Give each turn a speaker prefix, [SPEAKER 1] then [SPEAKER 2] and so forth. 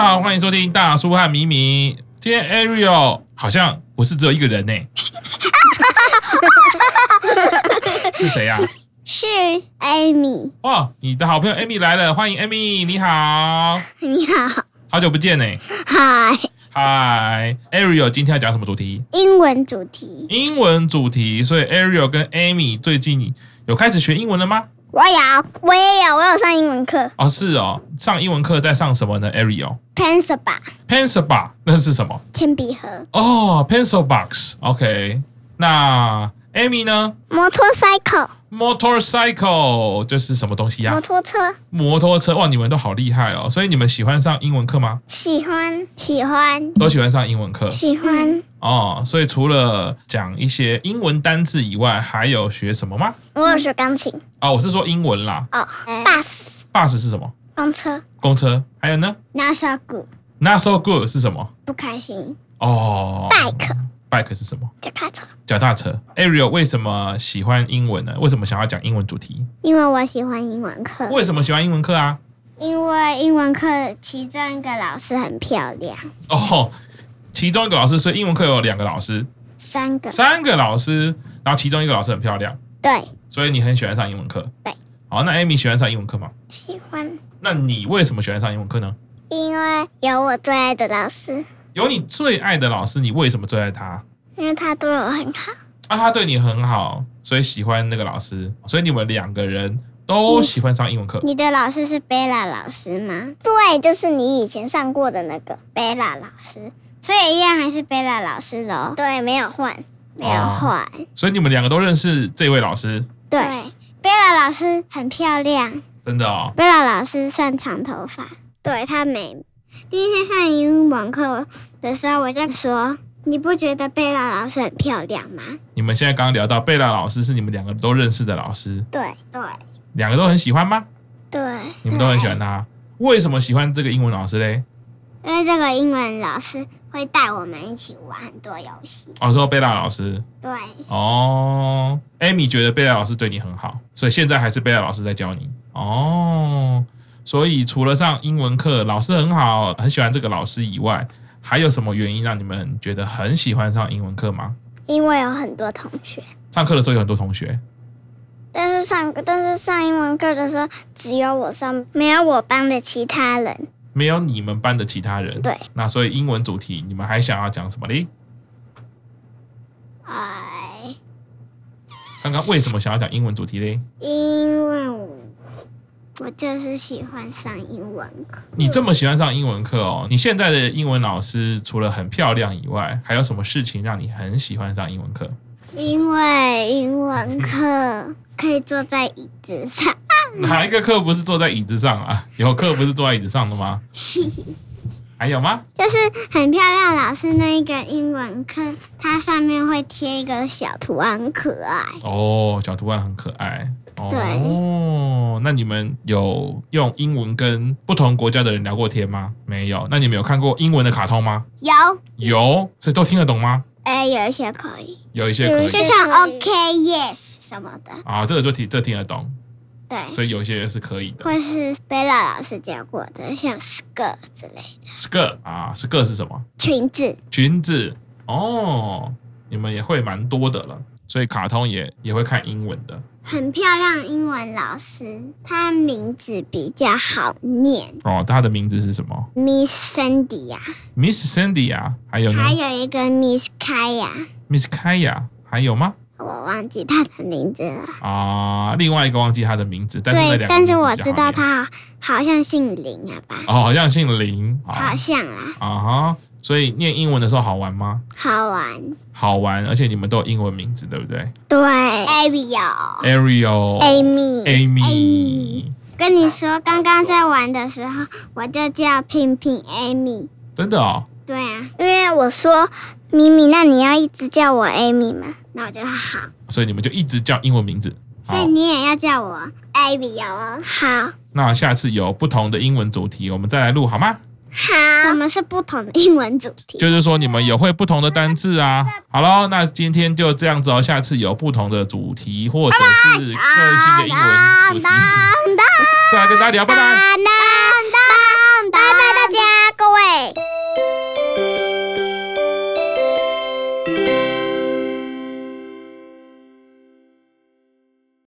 [SPEAKER 1] 好，欢迎收听大叔和咪咪。今天 Ariel 好像不是只有一个人呢、是谁呀、
[SPEAKER 2] 是艾米，
[SPEAKER 1] 哇，你的好朋友 Amy 来了，欢迎 Amy，你好，
[SPEAKER 2] 你好，
[SPEAKER 1] 好久不见呢、
[SPEAKER 2] 嗨，
[SPEAKER 1] 嗨，Ariel，今天要讲什么主题？
[SPEAKER 2] 英文主题，
[SPEAKER 1] 英文主题。所以 Ariel 跟 Amy 最近有开始学英文了吗？
[SPEAKER 2] 我有，我也有，我有上英文课
[SPEAKER 1] 哦，是哦，上英文课在上什么呢？Ariel
[SPEAKER 2] ，pencil 吧，
[SPEAKER 1] pencil box 那是什么？
[SPEAKER 2] 铅笔盒，
[SPEAKER 1] 哦，pencil box，OK、那 Amy 呢？
[SPEAKER 2] 摩托 cycle，motorcycle
[SPEAKER 1] 这是什么东西呀、
[SPEAKER 2] 摩托车，
[SPEAKER 1] 摩托车哇，你们都好厉害哦！所以你们喜欢上英文课吗？
[SPEAKER 2] 喜欢，喜欢，
[SPEAKER 1] 都喜欢上英文课
[SPEAKER 2] 嗯喜欢，
[SPEAKER 1] 哦。所以除了讲一些英文单字以外，还有学什么吗？
[SPEAKER 2] 我有学钢琴，
[SPEAKER 1] 啊、我是说英文啦。
[SPEAKER 2] 哦，bus，
[SPEAKER 1] bus 是什么？
[SPEAKER 2] 公车，
[SPEAKER 1] 公车。还有呢
[SPEAKER 2] 拿小鼓，
[SPEAKER 1] ？Not so good 是什么？
[SPEAKER 2] 不开心
[SPEAKER 1] 哦
[SPEAKER 2] ，bike，
[SPEAKER 1] bike 是什么？
[SPEAKER 2] 脚踏车，
[SPEAKER 1] 脚踏车。Ariel 为什么喜欢英文呢？为什么想要讲英文主题？
[SPEAKER 2] 因为我喜欢英文课，
[SPEAKER 1] 为什么喜欢英文课啊？
[SPEAKER 2] 因为英文课其中一个老师很漂亮，
[SPEAKER 1] 哦，其中一个老师，所以英文课有两个老师，
[SPEAKER 2] 三个，
[SPEAKER 1] 三个老师，然后其中一个老师很漂亮，
[SPEAKER 2] 对，
[SPEAKER 1] 所以你很喜欢上英文课。
[SPEAKER 2] 对。
[SPEAKER 1] 好，那 Amy 喜欢上英文课吗？
[SPEAKER 2] 喜欢。
[SPEAKER 1] 那你为什么喜欢上英文课呢？
[SPEAKER 2] 因为有我最爱的老师，
[SPEAKER 1] 有你最爱的老师，你为什么最爱他？
[SPEAKER 2] 因为他对我很好，
[SPEAKER 1] 啊，他对你很好，所以喜欢那个老师，所以你们两个人都喜欢上英文课。
[SPEAKER 2] 你的老师是贝拉老师吗？对，就是你以前上过的那个贝拉老师，所以一样还是贝拉老师喽。对，没有换，没有换。
[SPEAKER 1] 所以你们两个都认识这位老师，
[SPEAKER 2] 对，贝拉老师很漂亮，
[SPEAKER 1] 真的哦。
[SPEAKER 2] 贝拉老师算长头发，对她美。第一天上英文课的时候，我就说：“你不觉得贝拉老师很漂亮吗
[SPEAKER 1] 你们现在刚刚聊到贝拉老师是你们两个都认识的老师？”，
[SPEAKER 2] 对对
[SPEAKER 1] 两个都很喜欢吗？
[SPEAKER 2] 对，
[SPEAKER 1] 你们都很喜
[SPEAKER 2] 对
[SPEAKER 1] 欢他，为什么喜欢这个英文老师嘞？
[SPEAKER 2] 因为这个英文老师会带我们一起玩很多游戏。
[SPEAKER 1] 哦，说贝拉老师
[SPEAKER 2] 对，
[SPEAKER 1] 哦，Amy 觉得贝拉老师对你很好，所以现在还是贝拉老师在教你哦。所以除了上英文课老师很好，很喜欢这个老师以外，还有什么原因让你们觉得很喜欢上英文课吗？
[SPEAKER 2] 因为有很多同学，
[SPEAKER 1] 上课的时候有很多同学
[SPEAKER 2] 但是上但是上英文课的时候，只有我上，没有我班的其他人。
[SPEAKER 1] 没有你们班的其他人，
[SPEAKER 2] 对，
[SPEAKER 1] 那所以英文主题你们还想要讲什么嘞？
[SPEAKER 2] 哎，
[SPEAKER 1] 刚刚为什么想要讲英文主题嘞？
[SPEAKER 2] 因为我我就是喜欢上英文课。
[SPEAKER 1] 你这么喜欢上英文课哦？你现在的英文老师除了很漂亮以外，还有什么事情让你很喜欢上英文课？
[SPEAKER 2] 因为英文课可以坐在椅子上，
[SPEAKER 1] 哪一个课不是坐在椅子上啊？有课不是坐在椅子上的吗？还有吗？
[SPEAKER 2] 就是很漂亮。老师那一个英文课，它上面会贴一个小图案，很可爱。
[SPEAKER 1] 哦，小图案很可爱。哦
[SPEAKER 2] 对，
[SPEAKER 1] 那你们有用英文跟不同国家的人聊过天吗？没有。那你们有看过英文的卡通吗？
[SPEAKER 2] 有，
[SPEAKER 1] 有，所以都听得懂吗？
[SPEAKER 2] 哎，有一些可以，
[SPEAKER 1] 有一些可
[SPEAKER 2] 就
[SPEAKER 1] 以
[SPEAKER 3] 些
[SPEAKER 2] 像
[SPEAKER 3] 可以
[SPEAKER 2] OK、Yes 什么的，
[SPEAKER 1] 啊，这个就听这听得懂，
[SPEAKER 2] 对，
[SPEAKER 1] 所以有一些是可以的。
[SPEAKER 2] 或是贝拉老师教过的，像 skirt 之类的
[SPEAKER 1] skirt 啊，skirt 是什么？
[SPEAKER 2] 裙子，
[SPEAKER 1] 裙子哦，你们也会蛮多的了，所以卡通也也会看英文的。
[SPEAKER 2] 很漂亮。英文老师，她名字比较好念
[SPEAKER 1] 哦，他的名字是什么
[SPEAKER 2] ，Miss Sandy 呀、
[SPEAKER 1] ？Miss Sandy 啊，还有呢
[SPEAKER 2] 还有一个 Miss Kaya，
[SPEAKER 1] ，Miss Kaya，还有吗？
[SPEAKER 2] 我忘记她的名字了。
[SPEAKER 1] 啊、另外一个忘记他的名字，但是那
[SPEAKER 2] 对，
[SPEAKER 1] 两个
[SPEAKER 2] 但是
[SPEAKER 1] 名字
[SPEAKER 2] 我
[SPEAKER 1] 比
[SPEAKER 2] 知
[SPEAKER 1] 较
[SPEAKER 2] 道
[SPEAKER 1] 好念
[SPEAKER 2] 她好好像姓林啊吧，
[SPEAKER 1] 哦，好像姓林啊
[SPEAKER 2] 好像啦，
[SPEAKER 1] 啊哈，所以念英文的时候好玩吗？
[SPEAKER 2] 好玩。
[SPEAKER 1] 好玩，而且你们都有英文名字，对不对
[SPEAKER 2] 对，Abby 有
[SPEAKER 1] ？Ariel、
[SPEAKER 2] 哦 Amy、
[SPEAKER 1] 哦 Amy，
[SPEAKER 2] 跟你说，刚刚在玩的时候，我就叫平平 Amy。
[SPEAKER 1] 真的哦，
[SPEAKER 2] 对啊，因为我说咪咪，那你要一直叫我 Amy 嘛，那我就说好，
[SPEAKER 1] 所以你们就一直叫英文名字。
[SPEAKER 2] 所以
[SPEAKER 1] 好
[SPEAKER 2] 你也要叫我 Amy 哦。好，
[SPEAKER 1] 那下次有不同的英文主题，我们再来录好吗？
[SPEAKER 2] 好。什么是不同的英文主题？
[SPEAKER 1] 就是说你们有会不同的单字啊。好喽，那今天就这样子哦，下次有不同的主题或者是各新的英文主题，
[SPEAKER 2] 当当
[SPEAKER 1] 再来跟大家聊，拜拜。
[SPEAKER 2] 当当。